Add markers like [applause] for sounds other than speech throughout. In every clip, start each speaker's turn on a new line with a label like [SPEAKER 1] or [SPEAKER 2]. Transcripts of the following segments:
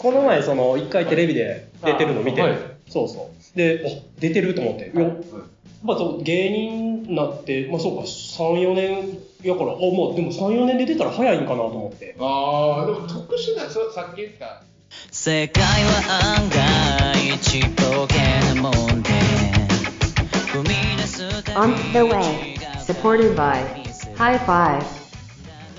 [SPEAKER 1] この前、その、一回テレビで出てるの見て
[SPEAKER 2] あはい、
[SPEAKER 1] そうそう。で、お出てると思って、よ
[SPEAKER 2] はい
[SPEAKER 1] まあ、そう芸人になって、まあ、そうか、3、4年やから、あ、まあ、でも3、4年で出たら早いんかなと思って。
[SPEAKER 2] ああ、でも特殊な、そさっき言った、
[SPEAKER 3] 世界は案外ちっぽけなもんで踏み出すた
[SPEAKER 4] On
[SPEAKER 3] びに
[SPEAKER 4] the way, supported by High Five.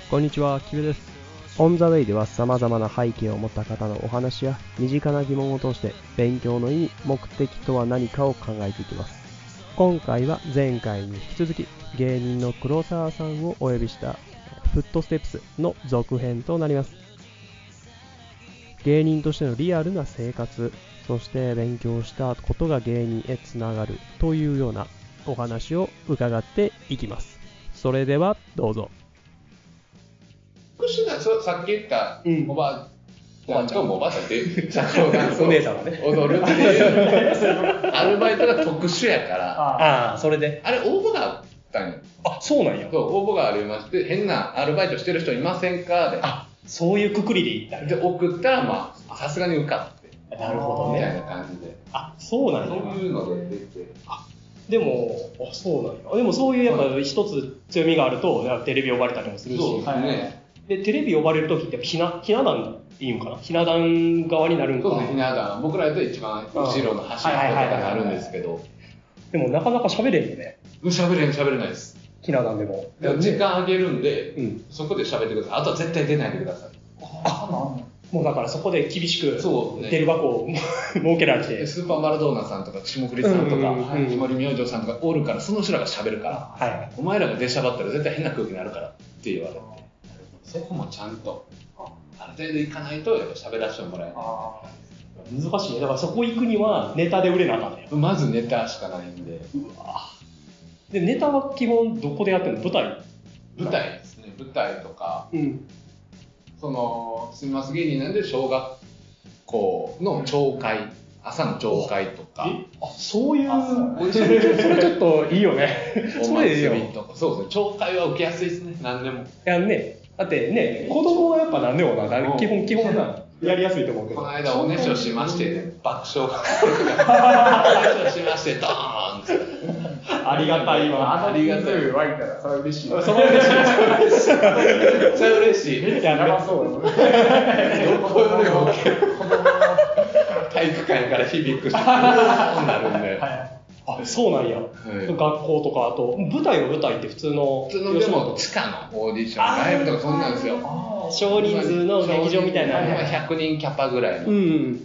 [SPEAKER 5] こんにちは、キベです。オンザウェイでは様々な背景を持った方のお話や身近な疑問を通して勉強の意味、目的とは何かを考えていきます。今回は前回に引き続き芸人の黒沢さんをお呼びしたフットステップスの続編となります。芸人としてのリアルな生活、そして勉強したことが芸人へつながるというようなお話を伺っていきます。それではどうぞ。
[SPEAKER 2] 特殊な、そさっき言った、
[SPEAKER 1] うん
[SPEAKER 2] おばあちゃんともおばあちゃん
[SPEAKER 1] [laughs]
[SPEAKER 2] って、社長が
[SPEAKER 1] お姉さんはね
[SPEAKER 2] 踊るっていう、アルバイトが特殊やから、
[SPEAKER 1] ああ、それで。
[SPEAKER 2] あれ、応募があったんよ。
[SPEAKER 1] あ、そうなんや。
[SPEAKER 2] そう、応募がありまして、変なアルバイトしてる人いませんか
[SPEAKER 1] あ、そういうくくりでいったん
[SPEAKER 2] で、で
[SPEAKER 1] や。
[SPEAKER 2] 送ったら、まあ、さすがに受かって、
[SPEAKER 1] なるほど
[SPEAKER 2] みたい
[SPEAKER 1] ね。
[SPEAKER 2] な感じで、
[SPEAKER 1] あ、そう
[SPEAKER 2] そ
[SPEAKER 1] なんや。
[SPEAKER 2] ういうので出て、
[SPEAKER 1] でも、あそうなんや。でもそういうやっぱ一つ強みがあると、やっぱテレビ呼ばれたりもするし。
[SPEAKER 2] そうですね。
[SPEAKER 1] で、テレビ呼ばれるときってやっぱひな、ひな壇でいいんかなひな壇側になるんか
[SPEAKER 2] そうですね、ひな壇、僕らだと一番後ろの端っことかになるんですけど、
[SPEAKER 1] でもなかなか喋れんよね。
[SPEAKER 2] 喋れん、喋れないです。
[SPEAKER 1] ひな壇でも。
[SPEAKER 2] でも時間あげるんで、
[SPEAKER 1] うん
[SPEAKER 2] そこで喋ってください。あとは絶対出ないでください。
[SPEAKER 1] もうだからそこで厳しく、
[SPEAKER 2] そうね
[SPEAKER 1] 出る箱を [laughs] 設けられて
[SPEAKER 2] で。スーパーマラドーナさんとか、霜降りさんとか、
[SPEAKER 1] うんうんうん
[SPEAKER 2] ひまり明星さんとかおるから、その人らが喋るから、
[SPEAKER 1] はい。
[SPEAKER 2] お前らが出しゃばったら絶対変な空気になるからって言われて、そこもちゃんと、ある程度いかないと、やっぱ喋らせてもらえな
[SPEAKER 1] 難しいね。だからそこ行くにはネタで売れなあかんね
[SPEAKER 2] い。まずネタしかないんで、
[SPEAKER 1] で、ネタは基本どこでやってんの舞台。
[SPEAKER 2] 舞台ですね、舞台とか、
[SPEAKER 1] うん。
[SPEAKER 2] その、すみます芸人なんで、小学校の朝会、朝の朝会とか。
[SPEAKER 1] えあ、そういう。
[SPEAKER 2] そ
[SPEAKER 1] [laughs]
[SPEAKER 2] う
[SPEAKER 1] それそれちょっといいよね。
[SPEAKER 2] [laughs]
[SPEAKER 1] [laughs]
[SPEAKER 2] お
[SPEAKER 1] それでいい
[SPEAKER 2] 祭
[SPEAKER 1] よ。
[SPEAKER 2] りとか、そうですね、懲戒は受けやすいですね、何でも。
[SPEAKER 1] やんね。だってね、子供はやっぱなんでもな、だ
[SPEAKER 2] うん
[SPEAKER 1] 基本、基本な、やりやすいと思うけ
[SPEAKER 2] この
[SPEAKER 1] ど。
[SPEAKER 2] 間、おねしょしましてね、爆笑が。おねしょしまして、ドーンって。
[SPEAKER 1] ありがたいわ。
[SPEAKER 2] ありがたい。
[SPEAKER 6] 湧いたらそれ
[SPEAKER 2] [laughs]
[SPEAKER 6] 嬉しい。
[SPEAKER 1] その嬉し
[SPEAKER 2] めっちゃ嬉しい。
[SPEAKER 1] い。や
[SPEAKER 6] や
[SPEAKER 1] ば
[SPEAKER 6] ばそうだね。
[SPEAKER 2] どこよりも体育館から響
[SPEAKER 1] [laughs]
[SPEAKER 2] くし、そうなるんで。
[SPEAKER 1] あ、そうなんや。
[SPEAKER 2] い
[SPEAKER 1] 学校とか、あと、舞台は舞台って普通の、
[SPEAKER 2] 普通のでも地下のオーディション、ライブとかそんなんですよ。
[SPEAKER 1] 少人数の劇場みたいな。
[SPEAKER 2] 100人キャパぐらいの。
[SPEAKER 1] うん。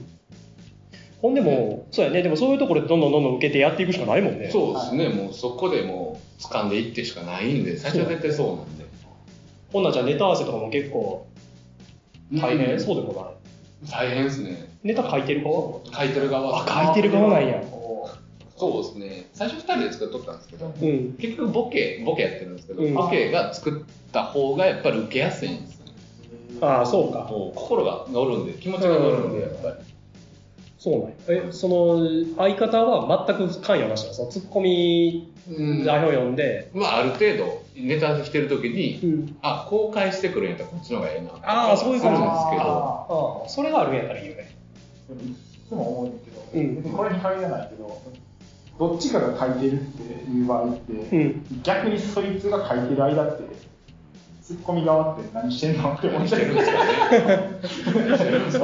[SPEAKER 1] ほんでも、そうやね、でもそういうところでどんどんどんどん受けてやっていくしかないもんね。
[SPEAKER 2] そうですね、もうそこでもう掴んでいってしかないんで、最初は絶対そうなんで。
[SPEAKER 1] ほんならじゃあネタ合わせとかも結構大変、
[SPEAKER 2] うん
[SPEAKER 1] そうでもない。
[SPEAKER 2] 大変ですね。
[SPEAKER 1] ネタ書いてる側
[SPEAKER 2] 書いてる側
[SPEAKER 1] あ、書いてる側なんや。
[SPEAKER 2] そうですね最初2人で作っとったんですけど
[SPEAKER 1] うん。
[SPEAKER 2] 結局ボケボケやってるんですけど、
[SPEAKER 1] うん
[SPEAKER 2] ボケが作った方がやっぱり受けやすいんですよね
[SPEAKER 1] ああ、そうか。
[SPEAKER 2] もう心が乗るんで気持ちが乗るんでやっぱり
[SPEAKER 1] そうなんや。え、その、相方は全く関与なしだ。そのツッコミ、
[SPEAKER 2] うん
[SPEAKER 1] 台本読んで。
[SPEAKER 2] まあある程度ネタしてる時に、
[SPEAKER 1] ん。
[SPEAKER 2] あ公開してくるんやったらこっちの方がええな
[SPEAKER 1] あーそういう感じ
[SPEAKER 2] するんですけど
[SPEAKER 1] ああ、それがあるんやったらいいよね。
[SPEAKER 6] でもいつも思うんだけ
[SPEAKER 1] う
[SPEAKER 6] ど、
[SPEAKER 1] ん
[SPEAKER 6] 別にこれに限らないけど、どっちかが書いてるっていう場合って、
[SPEAKER 1] ん
[SPEAKER 6] 逆にそいつが書いてる間って、ツッコミ側って何してんのって思っ
[SPEAKER 2] 何
[SPEAKER 6] て
[SPEAKER 2] してるんですかね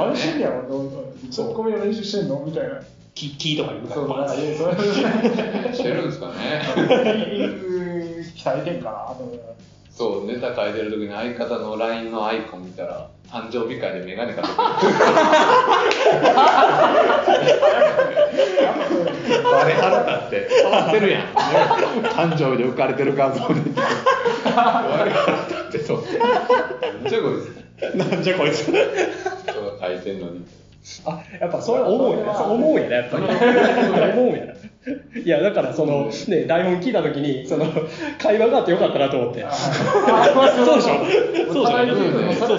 [SPEAKER 6] 何してんやろどうぞツッコミの練習してんのみたいな。
[SPEAKER 1] キキーとかいうか
[SPEAKER 6] そう、なん
[SPEAKER 1] ら
[SPEAKER 6] か、えそれ、フ
[SPEAKER 2] 何してるんですかね
[SPEAKER 6] ィーリング鍛えてんかなと思いながら
[SPEAKER 2] そう、ネタ書いてる時に相方の LINE のアイコン見たら、誕生日会でメガネかけてる。バレ腹立って、変わってるやん。誕生日で浮かれてる画像で。バレ腹立ってと思って。めっちゃこいつ。
[SPEAKER 1] [laughs] なんじゃこいつ。
[SPEAKER 2] 人が書いてんのに。
[SPEAKER 1] あ、やっぱそれ思うやな。そう思うやな、やっ [laughs] ぱり。思うやな。いや、だからその、ね、台本聞いたときに、その、会話があってよかったなと思って。そうでしょそうでしょ
[SPEAKER 6] そ
[SPEAKER 1] そうう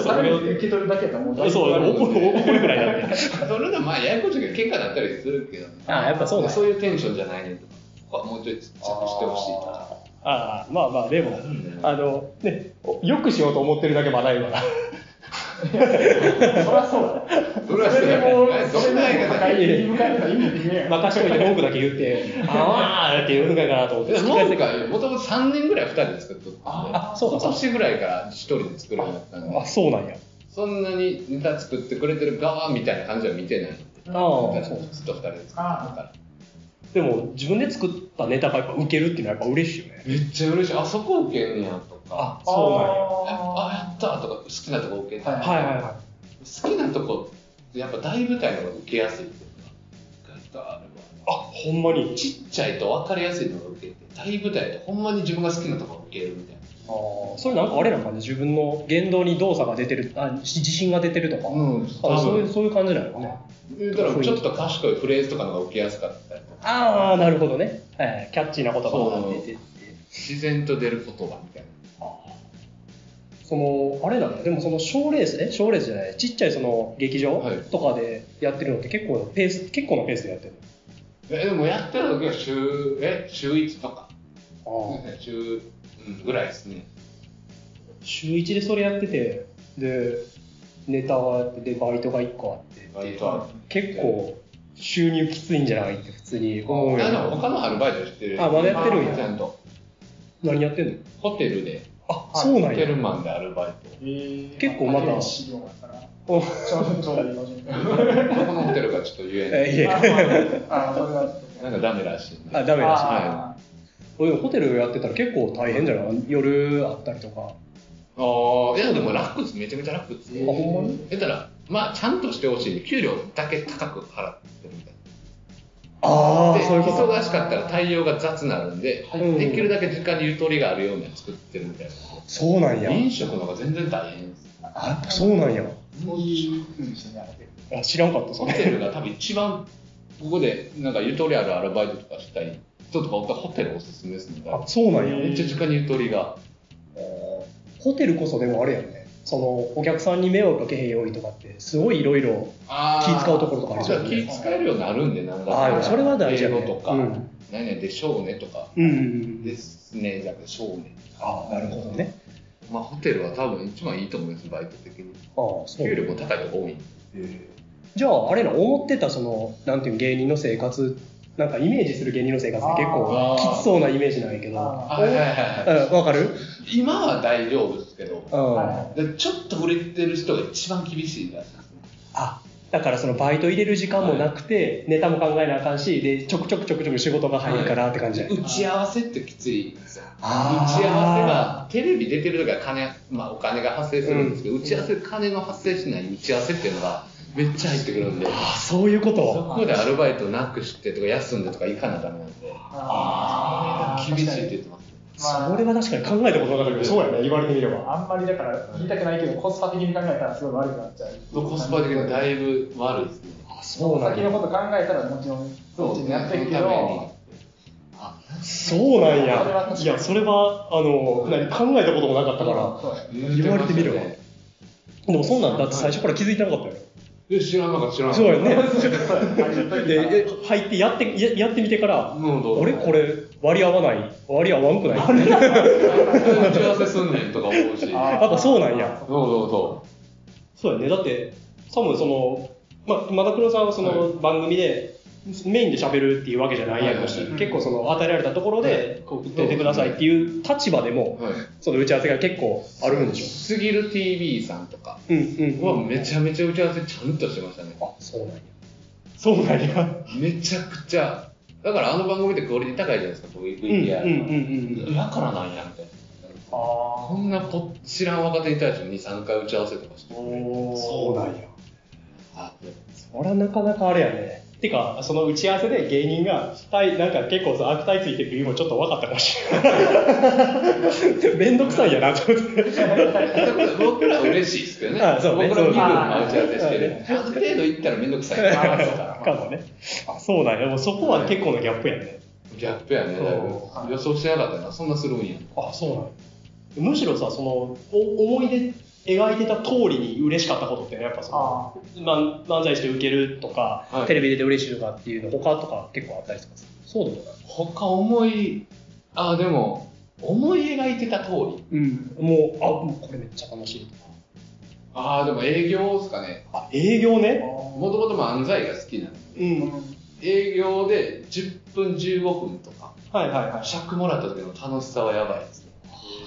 [SPEAKER 6] そ
[SPEAKER 1] そう
[SPEAKER 6] う、受け取るだけだもう。
[SPEAKER 1] そう、怒る、怒るぐらいなんで。
[SPEAKER 2] それでまあ、ややこしいけど、喧嘩だったりするけどね、
[SPEAKER 1] あやっぱそうなんや
[SPEAKER 2] そういうテンションじゃないねんとか、ここはもうちょいちっちゃくしてほしいとか。
[SPEAKER 1] ああ、まあまあ、でも
[SPEAKER 2] ん、
[SPEAKER 1] あの、ね、よくしようと思ってるだけまだいわな。
[SPEAKER 6] そりゃそうだ。 [laughs]
[SPEAKER 2] それはそう
[SPEAKER 6] 回に向かってた意味不明やん。
[SPEAKER 1] 任しといて文句だけ言って、あーって言うのかなと思って。
[SPEAKER 2] でも文句はもともと3年ぐらい2人で作っとって
[SPEAKER 1] あそうか
[SPEAKER 2] 今年ぐらいから1人で作るようになったんで
[SPEAKER 1] あ、そうなんや。
[SPEAKER 2] そんなにネタ作ってくれてる側みたいな感じは見てないず
[SPEAKER 1] あー
[SPEAKER 2] っと2人で作ってたから
[SPEAKER 1] でも、自分で作ったネタがやっぱ受けるっていうのはやっぱ嬉しいよね。
[SPEAKER 2] めっちゃ嬉しいあそこ受けんねやとか
[SPEAKER 1] あ、そうなんや。
[SPEAKER 2] あやったとか好きなとこ受けた、
[SPEAKER 6] はい
[SPEAKER 1] はいはいは
[SPEAKER 2] 好きなとこってやっぱ大舞台の方が受けやすいっていうかやっぱあれ
[SPEAKER 1] い。あ、
[SPEAKER 2] は
[SPEAKER 1] ほんまに。
[SPEAKER 2] ちっちゃいと分かりやすいのが受けて大舞台ってほんまに自分が好きなとこ受けるみたいな
[SPEAKER 1] それなんかあれなんかね、自分の言動に動作が出てる、あ自信が出てるとか、
[SPEAKER 2] うん
[SPEAKER 1] あ
[SPEAKER 2] 多分
[SPEAKER 1] そういうそういう感じなのかね。
[SPEAKER 2] 言うたらちょっと賢いフレーズとかの方が受けやすかったりとか
[SPEAKER 1] ああ、なるほどね。はいキャッチーな言葉が出てって。
[SPEAKER 2] 自然と出る言葉みたいな
[SPEAKER 1] そのあれなんだよでもその賞レースえ賞レースじゃないちっちゃいその劇場
[SPEAKER 2] はい
[SPEAKER 1] とかでやってるのって結構なペース結構なペースでやってる
[SPEAKER 2] えでもやってる時は週え週1とか
[SPEAKER 1] の
[SPEAKER 2] 週、うん、ぐらいですね
[SPEAKER 1] 週1でそれやっててでネタがあってでバイトが1個あって
[SPEAKER 2] 割とあ
[SPEAKER 1] 結構収入きついんじゃないって普通に思うよ
[SPEAKER 2] でも他のアルバイトしてる
[SPEAKER 1] あまだやってるんや
[SPEAKER 2] ちゃんと
[SPEAKER 1] 何やってんの
[SPEAKER 2] ホテルで
[SPEAKER 1] あ
[SPEAKER 6] はい
[SPEAKER 1] そうな
[SPEAKER 2] ホ
[SPEAKER 1] ん
[SPEAKER 2] テ
[SPEAKER 1] や
[SPEAKER 2] ルマンでアルバイト
[SPEAKER 1] 結構また
[SPEAKER 6] だ資料だから。
[SPEAKER 1] お
[SPEAKER 6] ちょうどちょうどいい場所に
[SPEAKER 2] どこのホテルかちょっと言えない
[SPEAKER 1] えいえ
[SPEAKER 6] あ、それだって。
[SPEAKER 2] なんかダメらしいんで
[SPEAKER 1] あダメだし
[SPEAKER 2] あ
[SPEAKER 1] い俺ホテルやってたら結構大変じゃない夜あったりとか
[SPEAKER 2] あーいやでも楽ですめちゃめちゃ楽です
[SPEAKER 1] あ
[SPEAKER 2] よ
[SPEAKER 1] ほんまに
[SPEAKER 2] だからまあちゃんとしてほしい給料だけ高く払ってるみたい
[SPEAKER 1] あ
[SPEAKER 2] な
[SPEAKER 1] あ
[SPEAKER 2] で
[SPEAKER 1] そういうこと
[SPEAKER 2] 忙しかったら対応が雑になるんで、
[SPEAKER 1] うん
[SPEAKER 2] できるだけ時間にゆとりがあるように作ってるみたいな
[SPEAKER 1] そうなんや
[SPEAKER 2] 飲食の方が全然大変です
[SPEAKER 1] あそうなんや
[SPEAKER 6] そういうふうにしてやってる。
[SPEAKER 1] あ知らんかったそ
[SPEAKER 2] ホ
[SPEAKER 1] れ
[SPEAKER 2] テルが多分一番ここでなんかゆとりあるアルバイトとかしたい人とかおったらホテルおすすめですみたい
[SPEAKER 1] あ
[SPEAKER 2] な
[SPEAKER 1] そうなんや
[SPEAKER 2] めっちゃ時間にゆとりが
[SPEAKER 1] ホテルこそでもあれやんねそのお客さんに迷惑かけへんようにとかってすごいいろいろ
[SPEAKER 2] 気
[SPEAKER 1] 気使うところとかありそうだね
[SPEAKER 2] 気使えるようになるんでなんだ
[SPEAKER 1] あーで
[SPEAKER 2] か
[SPEAKER 1] もそれは大事
[SPEAKER 2] 英
[SPEAKER 1] やね
[SPEAKER 2] 語とか、
[SPEAKER 1] うん
[SPEAKER 2] 何々でしょうねとか
[SPEAKER 1] うん
[SPEAKER 2] ですねじゃなくてしょうね
[SPEAKER 1] ああなるほどね
[SPEAKER 2] まあホテルは多分一番いいと思いますバイト的に
[SPEAKER 1] ああそ
[SPEAKER 2] 給料
[SPEAKER 1] う
[SPEAKER 2] も高いのが多いんで
[SPEAKER 1] じゃああれな思ってたそのなんていうの芸人の生活なんかイメージする芸人の生活って結構
[SPEAKER 2] あー
[SPEAKER 1] きつそうなイメージなんやけど
[SPEAKER 6] あ
[SPEAKER 2] はいはいはいはい
[SPEAKER 1] うんわかる
[SPEAKER 2] 今は大丈夫ですけど
[SPEAKER 1] うん、
[SPEAKER 6] は
[SPEAKER 2] でちょっと売れてる人が一番厳しいらしいですね
[SPEAKER 1] あだからそのバイト入れる時間もなくて、ネタも考えなあかんしでちょくちょくちょくちょく仕事が入るからって感じやね
[SPEAKER 2] 打ち合わせってきついんですよ打ち合
[SPEAKER 1] あ
[SPEAKER 2] わ
[SPEAKER 1] ー
[SPEAKER 2] せはテレビ出てる時は金、まあ、お金が発生するんですけど、打ち合わせ金の発生しない打ち合わせっていうのがめっちゃ入ってくるんで
[SPEAKER 1] あそういうこ
[SPEAKER 2] そ
[SPEAKER 1] と
[SPEAKER 2] こでアルバイトなくしてとか休んでとか行かなダメなんで
[SPEAKER 6] あー
[SPEAKER 2] 厳しいって言ってます
[SPEAKER 6] まあ
[SPEAKER 1] それは確かに考えたことなかったけどそうやね言われてみれば
[SPEAKER 6] あんまりだから言いたくないけどコスパ的に考えたらすごい悪くなっちゃう。
[SPEAKER 2] コスパ的にだいぶ悪いですね
[SPEAKER 1] あそうなん
[SPEAKER 6] 先の
[SPEAKER 1] や
[SPEAKER 6] こと考えたらもちろんそっちにやってるけ
[SPEAKER 2] その
[SPEAKER 6] ど、
[SPEAKER 1] そうなん
[SPEAKER 6] それは確
[SPEAKER 1] や
[SPEAKER 6] かに
[SPEAKER 1] いやそれはあの何考えたこともなかったから
[SPEAKER 6] そうや
[SPEAKER 2] ために
[SPEAKER 1] 言われてみれば
[SPEAKER 2] 言ってました
[SPEAKER 1] でもそんなんだって最初から気づいてなかったよ
[SPEAKER 2] ねえ知らなかった知らなか
[SPEAKER 1] そう
[SPEAKER 2] っ
[SPEAKER 1] やね
[SPEAKER 6] そうやありがたいから
[SPEAKER 1] でえ入ってやってややってみてから
[SPEAKER 2] たもうどう
[SPEAKER 1] あれこれ割り合わない割り合わんくない [laughs] や
[SPEAKER 2] 打ち合わせすんねんとか思うし
[SPEAKER 6] あ
[SPEAKER 1] っぱそうなんや
[SPEAKER 2] そうそうそ
[SPEAKER 1] そうやねだって多分その、まあ、マダクロさんはその番組で、メインで喋るっていうわけじゃないやろし、
[SPEAKER 2] はいはい
[SPEAKER 6] はい
[SPEAKER 1] 結構その与えられたところでこう出てくださいっていう立場でも
[SPEAKER 2] うはい
[SPEAKER 1] その打ち合わせが結構あるんでし
[SPEAKER 2] すぎる TV さんとか
[SPEAKER 1] ょうんうん
[SPEAKER 2] はめちゃめちゃ打ち合わせちゃんとしてましたね
[SPEAKER 1] あそうなんやそうなんや
[SPEAKER 2] めちゃくちゃだからあの番組ってクオリティ高いじゃないですか僕
[SPEAKER 1] うんうんうん
[SPEAKER 2] VTR
[SPEAKER 1] うん
[SPEAKER 2] だからなんやみたいな
[SPEAKER 6] あ
[SPEAKER 2] こんなポ知らん若手に対して23回打ち合わせとかして
[SPEAKER 6] ー
[SPEAKER 2] くれる
[SPEAKER 6] おー
[SPEAKER 1] そうなんや
[SPEAKER 2] あで
[SPEAKER 1] それはなかなかあれやねてかその打ち合わせで芸人がはいなんか結構さ悪態ついてる理由もちょっと分かったかもしれ [laughs] ないめんどくさいやなと思って
[SPEAKER 2] 僕らは嬉しいですけどね
[SPEAKER 1] あそうね
[SPEAKER 2] 僕らは気分
[SPEAKER 1] そう
[SPEAKER 2] の打ち合わせしてるある程度行ったら面倒くさいから
[SPEAKER 1] かもね。あそうなんや。もうそこは結構なギャップやね。
[SPEAKER 2] ギャップやねだいぶ
[SPEAKER 1] そ
[SPEAKER 2] 予想してなかったなそんなするんや
[SPEAKER 1] あ、そうなんや。むしろさ、そのお思い出描いてた通りに嬉しかったことって、やっぱその
[SPEAKER 6] あ
[SPEAKER 1] 漫漫才して受けるとか、
[SPEAKER 2] はい
[SPEAKER 1] テレビ出て嬉しいとかっていうの他とか結構あったりとかする。そうでもない。
[SPEAKER 2] 他思いあでも思い描いてた通り
[SPEAKER 1] うん。もうあもうこれめっちゃ楽しいとか。
[SPEAKER 2] ああでも営業ですかね
[SPEAKER 1] あ営業ね。
[SPEAKER 6] あ
[SPEAKER 2] もともと漫才が好きなんで
[SPEAKER 1] うん
[SPEAKER 2] 営業で10分15分とか
[SPEAKER 1] はいはいはい
[SPEAKER 2] 尺もらった時の楽しさはやばいですね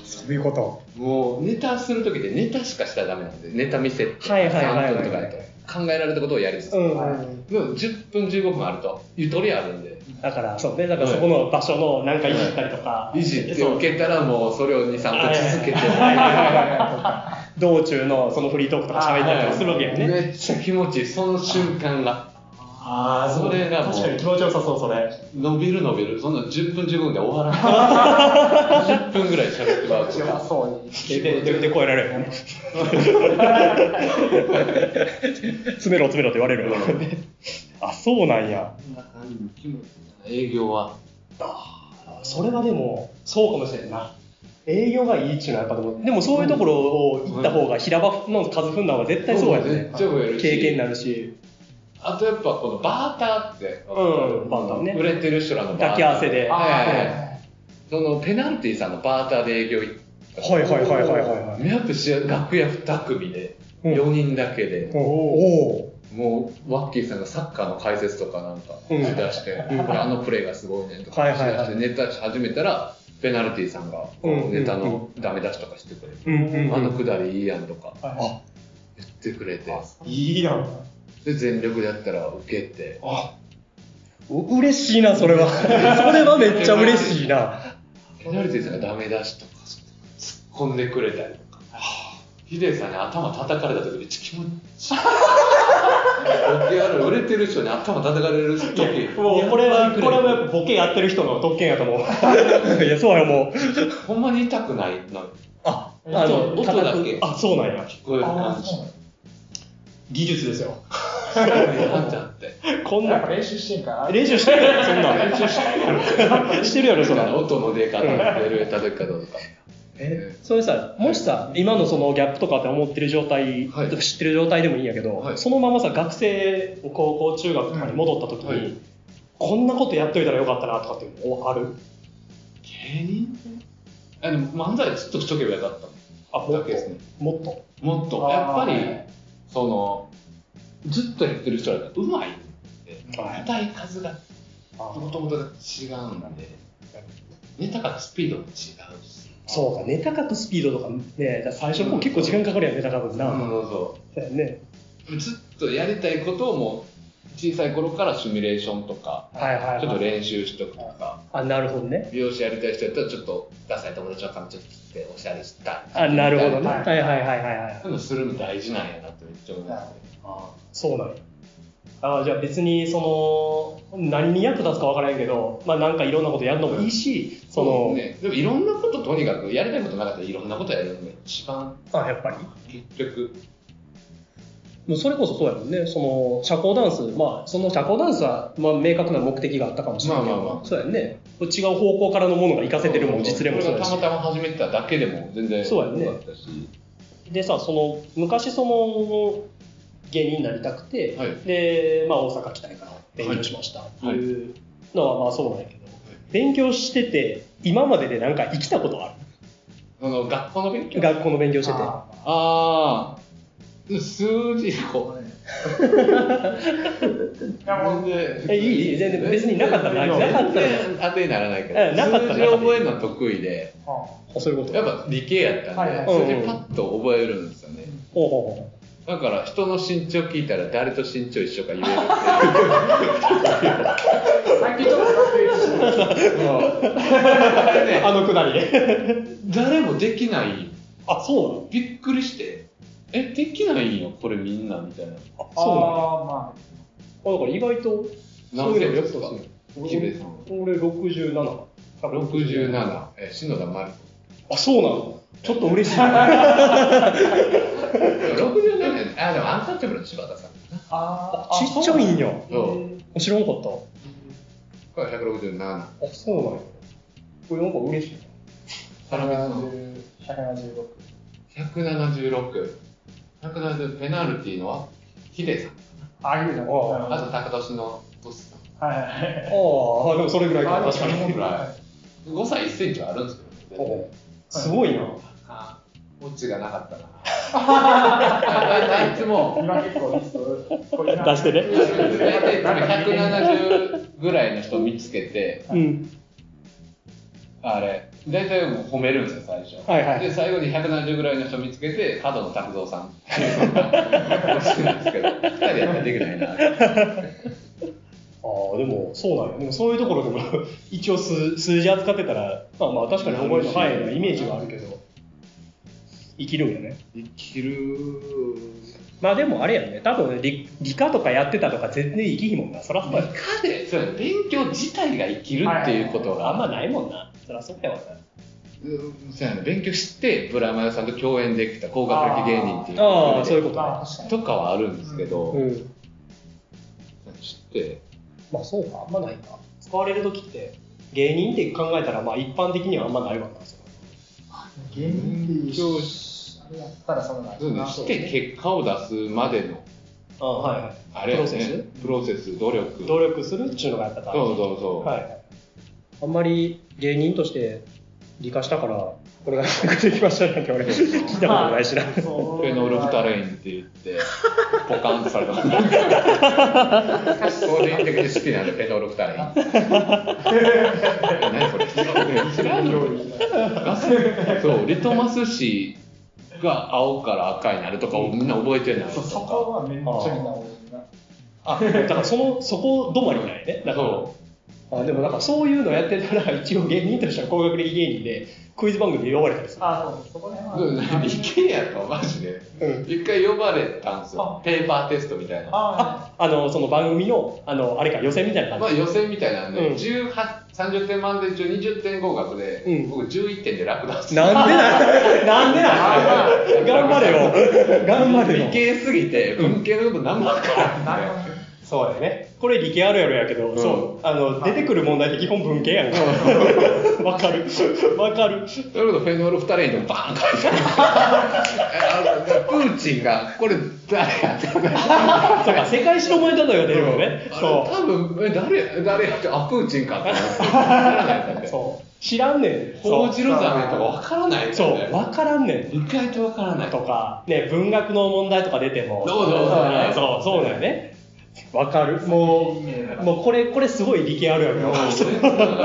[SPEAKER 1] そういうこと
[SPEAKER 2] もうネタする時ってネタしかしたらダメなんでネタ見せて
[SPEAKER 1] はいはいはいはい
[SPEAKER 2] 3分とかだと考えられたことをやりつつ、
[SPEAKER 1] うん、
[SPEAKER 2] でも10分15分あるとゆとりあるんで
[SPEAKER 1] だからそうねだからそこの場所のなんかいじったりとか
[SPEAKER 2] いじって受けたらもうそれを23個続けて
[SPEAKER 1] はいはいはいはい道中のそのフリートークとか喋ったりとかするわけよね、
[SPEAKER 2] めっちゃ気持ちいいその瞬間が
[SPEAKER 1] あ
[SPEAKER 2] ーそれがもう
[SPEAKER 1] 確かに気持ちよさそうそれ
[SPEAKER 2] 伸びる伸びるそんな10分15分で終わらな
[SPEAKER 1] [laughs]
[SPEAKER 2] い10分ぐらい喋ってもらうと
[SPEAKER 6] 強
[SPEAKER 2] か
[SPEAKER 6] そうに。
[SPEAKER 1] でででで超えられ [laughs] るよね詰めろ詰めろって言われるよねあそうなんや
[SPEAKER 2] そんな感じ気持ちいいな営業は
[SPEAKER 1] それはでもそうかもしれんな営業がいいっちゅうのはやっぱでもでもそういうところを行った方が平場の数踏んだ方が絶対そうやね
[SPEAKER 2] 絶対増えるし
[SPEAKER 1] 経験になるし
[SPEAKER 2] あとやっぱこのバーターって、
[SPEAKER 1] うんバーターね
[SPEAKER 2] 売れてる人らのバーター
[SPEAKER 1] 抱き合わせで
[SPEAKER 2] はいはいはいそのペナルティさんのバーターで営業行った
[SPEAKER 1] はいはいはいはいはいはい
[SPEAKER 2] 目ッし楽屋2組で
[SPEAKER 1] うん
[SPEAKER 2] 4人だけで、
[SPEAKER 1] おお
[SPEAKER 2] もうワッキーさんがサッカーの解説とかなんか
[SPEAKER 1] うん
[SPEAKER 2] しだして、
[SPEAKER 1] うん
[SPEAKER 2] これあのプレーがすごいねとか
[SPEAKER 1] はい
[SPEAKER 2] し
[SPEAKER 1] はいはい
[SPEAKER 2] だしてネタし始めたらペナルティさんがこ
[SPEAKER 1] うん
[SPEAKER 2] うネタのダメ出しとかしてくれて、
[SPEAKER 1] うんうんうん
[SPEAKER 2] あのくだりいいやんとか
[SPEAKER 1] あ
[SPEAKER 2] 言ってくれて
[SPEAKER 1] いいやん
[SPEAKER 2] で全力でやったら受けて
[SPEAKER 1] あう嬉しいなそれは [laughs] それはめっちゃ嬉しいな
[SPEAKER 2] ペナルティさんがダメ出しとか突っ込んでくれたりとかヒデさんに頭叩かれた時めっちゃ気持ちいい僕ある売れてる人に頭叩かれる時
[SPEAKER 1] もうこれはこれはやっ
[SPEAKER 2] ぱ
[SPEAKER 1] ぱボケやってる人の特権やと思
[SPEAKER 2] [laughs]
[SPEAKER 1] ういやそうやもう
[SPEAKER 2] ほんまに痛くないな
[SPEAKER 1] あ
[SPEAKER 2] あの音だけ
[SPEAKER 1] あそうなんや
[SPEAKER 2] こういう感じ
[SPEAKER 1] 技術ですよ
[SPEAKER 2] なんちゃって
[SPEAKER 1] [laughs] こん
[SPEAKER 6] や
[SPEAKER 1] な
[SPEAKER 6] っぱ
[SPEAKER 1] ん
[SPEAKER 6] 練習してんから。
[SPEAKER 1] 練習してるやろそん
[SPEAKER 2] [laughs]
[SPEAKER 1] なん練習してるやろそんなん
[SPEAKER 2] 音の出方出る叩き方とか
[SPEAKER 1] えそれさもしさ今のそのギャップとかって思ってる状態、
[SPEAKER 2] はい
[SPEAKER 1] 知ってる状態でもいいんやけど、
[SPEAKER 2] はい
[SPEAKER 1] そのままさ学生高校中学とかに戻った時に、
[SPEAKER 2] うんはい
[SPEAKER 1] こんなことやっといたらよかったなとかっていうのある
[SPEAKER 2] 芸人ってあでも漫才ずっとしとけばよかった
[SPEAKER 1] あも
[SPEAKER 2] だ
[SPEAKER 1] っ
[SPEAKER 2] けですね
[SPEAKER 1] ともっと
[SPEAKER 2] もっと
[SPEAKER 6] あー
[SPEAKER 2] やっぱり
[SPEAKER 6] はい
[SPEAKER 2] そのずっとやってる人らがうまい
[SPEAKER 1] はい
[SPEAKER 2] 歌い数がもともとが違うんでネタからスピードも違うし
[SPEAKER 1] そうかネタ書くスピードとかねだから最初もう結構時間かかるやんネタ書くんな、
[SPEAKER 2] そうそ
[SPEAKER 1] だよね
[SPEAKER 2] うそうずっとやりたいことをもう小さい頃からシミュレーションとか
[SPEAKER 1] はいはいはい
[SPEAKER 2] ちょっと練習しとくとか
[SPEAKER 1] あなるほどね
[SPEAKER 2] 美容師やりたい人やったらちょっとダサい友達の髪ちょっと切っておしゃれした
[SPEAKER 1] あなるほどね
[SPEAKER 2] みたい
[SPEAKER 1] はいはいはいはいはい
[SPEAKER 2] そういうのするの大事なんやなってめっちゃ思いますね
[SPEAKER 1] そうなんやあじゃあ別にその何に役立つか分からへんけど、まあ、なんかいろんなことやるのもいいし、その、
[SPEAKER 2] ね、でもいろんなこととにかくやりたいことなかったらいろんなことやるのが一番
[SPEAKER 1] あやっぱり
[SPEAKER 2] 結局
[SPEAKER 1] もうそれこそそうやもんねその社交ダンスまあその社交ダンスは、まあ、明確な目的があったかもしれないけど、
[SPEAKER 2] まあまあまあ
[SPEAKER 1] そうやんね違う方向からのものが活かせてるもん実例もそうや
[SPEAKER 2] た
[SPEAKER 1] し
[SPEAKER 2] またま始めてただけでも全然
[SPEAKER 1] そうやね
[SPEAKER 2] よかったし
[SPEAKER 1] でさその昔その芸人になりたくて、
[SPEAKER 2] はい
[SPEAKER 1] で、まあ、大阪来たいから勉強しましたっていうのはまあそうなんやけど、勉強してて今まででなんか生きたことあ
[SPEAKER 2] その学校の勉強
[SPEAKER 1] る学校の勉強してて
[SPEAKER 6] あ
[SPEAKER 2] ああ数字こ
[SPEAKER 6] ーいやもう
[SPEAKER 2] で
[SPEAKER 1] えいいいい全然別になかったらなかったら
[SPEAKER 2] 全然当てにならないけ
[SPEAKER 1] うん
[SPEAKER 2] ど
[SPEAKER 1] なかったら
[SPEAKER 2] 数字覚えるの得意で
[SPEAKER 1] あそういうこと
[SPEAKER 2] やっぱ理系やったんで、
[SPEAKER 6] はいはい
[SPEAKER 2] 数字パッと覚えるんですよね、
[SPEAKER 1] ほうほ
[SPEAKER 2] だから人の身長聞いたら誰と身長一緒か言える
[SPEAKER 6] 最近ちょっと学園してる
[SPEAKER 2] あれ
[SPEAKER 1] うほう
[SPEAKER 2] ね
[SPEAKER 1] [laughs] あのくだりね
[SPEAKER 2] 誰もできない
[SPEAKER 1] あそうなの
[SPEAKER 2] びっくりしてえできないよこれみんなみたいな
[SPEAKER 1] あ
[SPEAKER 6] あ
[SPEAKER 1] そうなの
[SPEAKER 6] ーま
[SPEAKER 1] あだから意外と
[SPEAKER 2] 何センチですか
[SPEAKER 1] そう
[SPEAKER 2] キ
[SPEAKER 1] い
[SPEAKER 2] ベ
[SPEAKER 1] う
[SPEAKER 2] さん
[SPEAKER 1] の俺67
[SPEAKER 2] 67え篠田 [laughs] 真理
[SPEAKER 1] あそうなのちょっと嬉しい [laughs] あ
[SPEAKER 2] 67あでもアンタッチャブルの柴田さん
[SPEAKER 6] あ。あー
[SPEAKER 1] ちっちゃいんや
[SPEAKER 2] そう
[SPEAKER 1] 知らんかった
[SPEAKER 2] これ167
[SPEAKER 1] あ、そうなんや。これなんか嬉しい
[SPEAKER 2] 田辺さん
[SPEAKER 6] 170 176
[SPEAKER 2] 176170ペナルティのはヒデさん
[SPEAKER 6] あげるじゃん
[SPEAKER 1] あー
[SPEAKER 2] あと高俊のトスさん
[SPEAKER 6] はいはいはい
[SPEAKER 1] な。ああ、でもそれぐらいか
[SPEAKER 6] あ
[SPEAKER 1] な、確かに。
[SPEAKER 6] でもそれぐらい
[SPEAKER 2] 5歳1センチはあるんですけどね
[SPEAKER 1] おうすごいな。
[SPEAKER 2] [laughs] オチがなかったなあいつも [laughs]
[SPEAKER 6] 今結構リストこれな
[SPEAKER 1] 出してね
[SPEAKER 2] 大体170ぐらいの人を見つけて
[SPEAKER 1] うん。
[SPEAKER 2] あれ大体もう褒めるんですよ最初、
[SPEAKER 1] はいはい
[SPEAKER 2] で最後に170ぐらいの人見つけて角野拓三さんっていうのをしてるんですけど2人やってできないな
[SPEAKER 1] ああ、でも、そうなんや。でも、そういうところでも、 [laughs] 一応数、数字扱ってたら、まあまあ、確かに覚えの範囲のイメージはあるけど、生きるんやね。
[SPEAKER 2] 生きる
[SPEAKER 1] まあでも、あれやんね。多分理、理科とかやってたとか全然生きひんもんな。そらそうや。
[SPEAKER 2] かでそうやね勉強自体が生きるっていうことが
[SPEAKER 1] あんまないもんな。そらそうやわな。
[SPEAKER 2] うんそうやね勉強してブラマヨさんと共演できた高学歴芸人っていう
[SPEAKER 1] ああ、そういうこと
[SPEAKER 6] まあ
[SPEAKER 1] ね。
[SPEAKER 6] 確かに
[SPEAKER 2] とかはあるんですけど、
[SPEAKER 1] うん。
[SPEAKER 2] 知って
[SPEAKER 1] まあそうか、あんまないか。使われる時って、芸人って考えたら、まあ一般的にはあんまないわな。それ
[SPEAKER 6] 芸人で優
[SPEAKER 2] そう
[SPEAKER 6] 勝しあれやったらそのな
[SPEAKER 2] そうね知って結果を出すまでの
[SPEAKER 1] ああはいはい。
[SPEAKER 2] あれやね
[SPEAKER 1] プロセス
[SPEAKER 2] プロセス努力
[SPEAKER 1] 努力するっちゅうのがやっぱ大事。
[SPEAKER 2] そうそうそう、
[SPEAKER 1] はい、あんまり芸人として理科したからこれがうまくできましたなんて俺聞いたことないしな、
[SPEAKER 6] そう
[SPEAKER 2] フェノールフタレインって言ってポカンとされたゴールデン的に好きなんでフェノールフタレイン何それ知らんのガスそうリトマス紙が青から赤になるとかをみんな覚えてないと
[SPEAKER 6] そう
[SPEAKER 2] か
[SPEAKER 6] そ
[SPEAKER 2] [laughs]
[SPEAKER 6] こはめっちゃみんな多いな
[SPEAKER 1] あだからそのそこ止まりないねだから
[SPEAKER 2] そ
[SPEAKER 1] あでもなんかそういうのやってたら一応芸人としては高学歴芸人でクイズ番組で呼ばれたりする
[SPEAKER 6] あそうそうそこら辺は
[SPEAKER 2] うイケやとマジで
[SPEAKER 1] うん
[SPEAKER 2] 一回呼ばれたんですよペーパーテストみたいな
[SPEAKER 6] あ
[SPEAKER 1] ああのその番組のあのあれか予選みたいな感
[SPEAKER 2] まあ
[SPEAKER 1] じ、
[SPEAKER 2] 予選みたいなん
[SPEAKER 1] うん
[SPEAKER 2] で、18 30点満点中20点合格で、
[SPEAKER 1] うん
[SPEAKER 2] 僕11点で落胆して
[SPEAKER 1] なんでなんなんでなん頑張れよ頑張れよ
[SPEAKER 2] 理系すぎて文系のこと何も分からん
[SPEAKER 6] あ
[SPEAKER 2] で
[SPEAKER 6] なるほどね
[SPEAKER 1] そうだよね。これ理系あるやろやけど、
[SPEAKER 2] ん
[SPEAKER 1] そうあの出てくる問題って基本文系やんか。わかる。わかる。 [laughs]
[SPEAKER 2] それこそフェノール2人にもバーン書いてあるあのプーチンがこれ誰やって
[SPEAKER 1] そうか世界史の問題だよねでもね。
[SPEAKER 2] あれ
[SPEAKER 1] そ
[SPEAKER 2] 多分え誰誰やってあプーチンかってなって分からないやったん
[SPEAKER 1] う。
[SPEAKER 2] で
[SPEAKER 1] そう。知らんねん。
[SPEAKER 2] 報
[SPEAKER 1] そう
[SPEAKER 2] じるザメとか分からないやったん
[SPEAKER 1] そ
[SPEAKER 2] で
[SPEAKER 1] う。わからんねん。
[SPEAKER 2] 意外と分からない
[SPEAKER 1] とかね文学の問題とか出ても。
[SPEAKER 2] そうそうそう
[SPEAKER 1] そうそうだよね。わかる。もうもうこれこれすごい理系あるやろ [laughs]
[SPEAKER 2] もう
[SPEAKER 1] やけど。
[SPEAKER 2] 全然分からない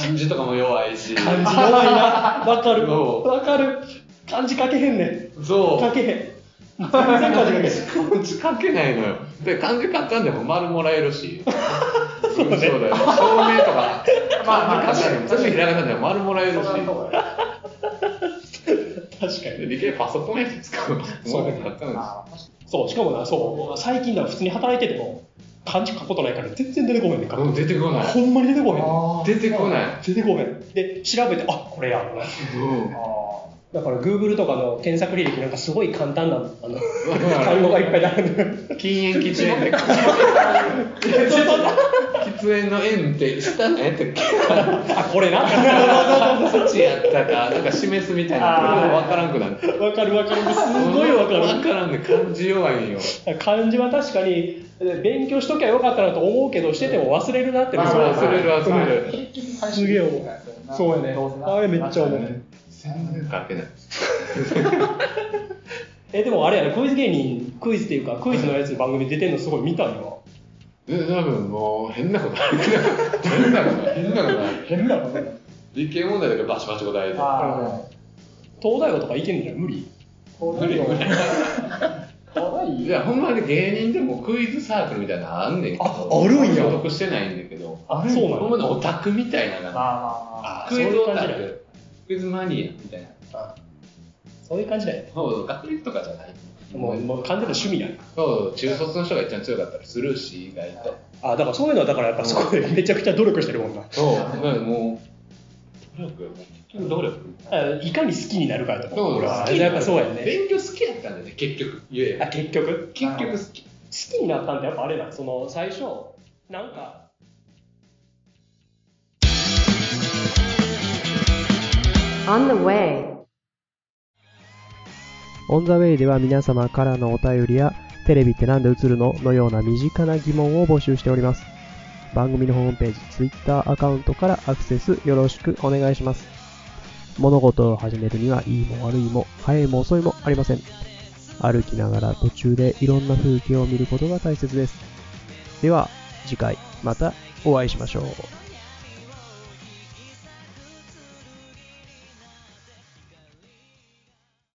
[SPEAKER 2] 漢字とかも弱いし
[SPEAKER 1] 漢字弱いな。わかる。
[SPEAKER 2] そう
[SPEAKER 1] わかる。漢字書けへんねん。
[SPEAKER 2] そう
[SPEAKER 1] 書けへん。全然漢字書けへん。
[SPEAKER 2] 漢字書けないのよで漢字買ったんでも丸もらえるしそうだよ、証明とか
[SPEAKER 6] まあ
[SPEAKER 2] 漢字買ったんでも全部ひらがなでも丸もらえるし
[SPEAKER 6] そんなとこや
[SPEAKER 1] 確かに。
[SPEAKER 2] で理系パソコンやって使う
[SPEAKER 1] そう
[SPEAKER 2] もの買ったんです
[SPEAKER 6] あ
[SPEAKER 1] そう、しかもな、そう、最近な、普通に働いてても、漢字書くことないから、全然出てこへんねんか
[SPEAKER 2] う
[SPEAKER 1] ら。
[SPEAKER 2] ん出てこない
[SPEAKER 1] ほんまに出てこへんね
[SPEAKER 6] あー
[SPEAKER 2] 出てこない
[SPEAKER 1] ん。出てこへん。で、調べて、あこれや。
[SPEAKER 2] うん
[SPEAKER 6] あ
[SPEAKER 1] だから、Google とかの検索履歴なんか、すごい簡単な、あの、単語がいっぱい並んでる。
[SPEAKER 2] 禁煙喫煙で喫煙の縁って下の縁って
[SPEAKER 1] あ、これな。 [laughs] わ
[SPEAKER 2] そっちやったかなんか示すみたいな分からんくなる
[SPEAKER 1] かるわかる。すごいわか
[SPEAKER 2] 分
[SPEAKER 1] る。
[SPEAKER 2] からんね漢字弱いんよ
[SPEAKER 1] 漢字は確かに、勉強しときゃよかったなと思うけど、してても忘れるなって。
[SPEAKER 2] そう忘れる忘れる
[SPEAKER 6] あ
[SPEAKER 1] すげえ思うそうやねあれめっちゃ思う
[SPEAKER 2] 全然書けない
[SPEAKER 1] [laughs] え、でもあれやね、クイズ芸人、クイズっていうか、クイズのやつ番組出てんのすごい見たんよ。
[SPEAKER 2] え、多分もう変なことある。変なことない。変なことない。
[SPEAKER 6] 変なことや
[SPEAKER 2] 理系問題だけバシバシ答えて。
[SPEAKER 6] ああ
[SPEAKER 1] 東大王とかいけんじゃん、無理。
[SPEAKER 6] 東大王 [laughs] 東大
[SPEAKER 2] いや、ほんまに芸人でもクイズサークルみたいなのあんねんけど。
[SPEAKER 1] ああるんや
[SPEAKER 2] 所属してないんだけど。
[SPEAKER 1] あ、そうな
[SPEAKER 2] ほん
[SPEAKER 1] の
[SPEAKER 2] まにオタクみたいなのが。
[SPEAKER 6] まあまあまあ
[SPEAKER 1] あ
[SPEAKER 2] クイズオタ
[SPEAKER 1] そういう感じだよ
[SPEAKER 2] ク。クイズマニアみたいな。
[SPEAKER 1] そういう感じだよね。
[SPEAKER 2] そう、学歴とかじゃない。
[SPEAKER 1] もう、もう完全な趣味やん。
[SPEAKER 2] そう、中卒の人が一番強かったりするし、意外と。
[SPEAKER 1] あ、だからそういうのは、だからやっぱそこでめちゃくちゃ努力してるもんな。
[SPEAKER 2] そう、だからもう、努力結局努力
[SPEAKER 1] あいかに好きになるかやと思う。
[SPEAKER 2] そう
[SPEAKER 1] 俺は
[SPEAKER 2] 好き
[SPEAKER 1] やっぱそうやんね。
[SPEAKER 2] 勉強好きやったんだよね、結局。いやい
[SPEAKER 1] あ、
[SPEAKER 2] や。
[SPEAKER 1] 結局
[SPEAKER 2] 結局好き。
[SPEAKER 1] 好きになったんってやっぱあれだ、その、最初、なんか、
[SPEAKER 4] On the way.
[SPEAKER 5] オンザウェイでは皆様からのお便りや、テレビってなんで映るののような身近な疑問を募集しております。番組のホームページ、Twitter アカウントからアクセスよろしくお願いします。
[SPEAKER 1] 物事を始めるにはいいも悪いも早いも遅いもありません歩きながら途中でいろんな風景を見ることが大切ですでは次回またお会いしましょう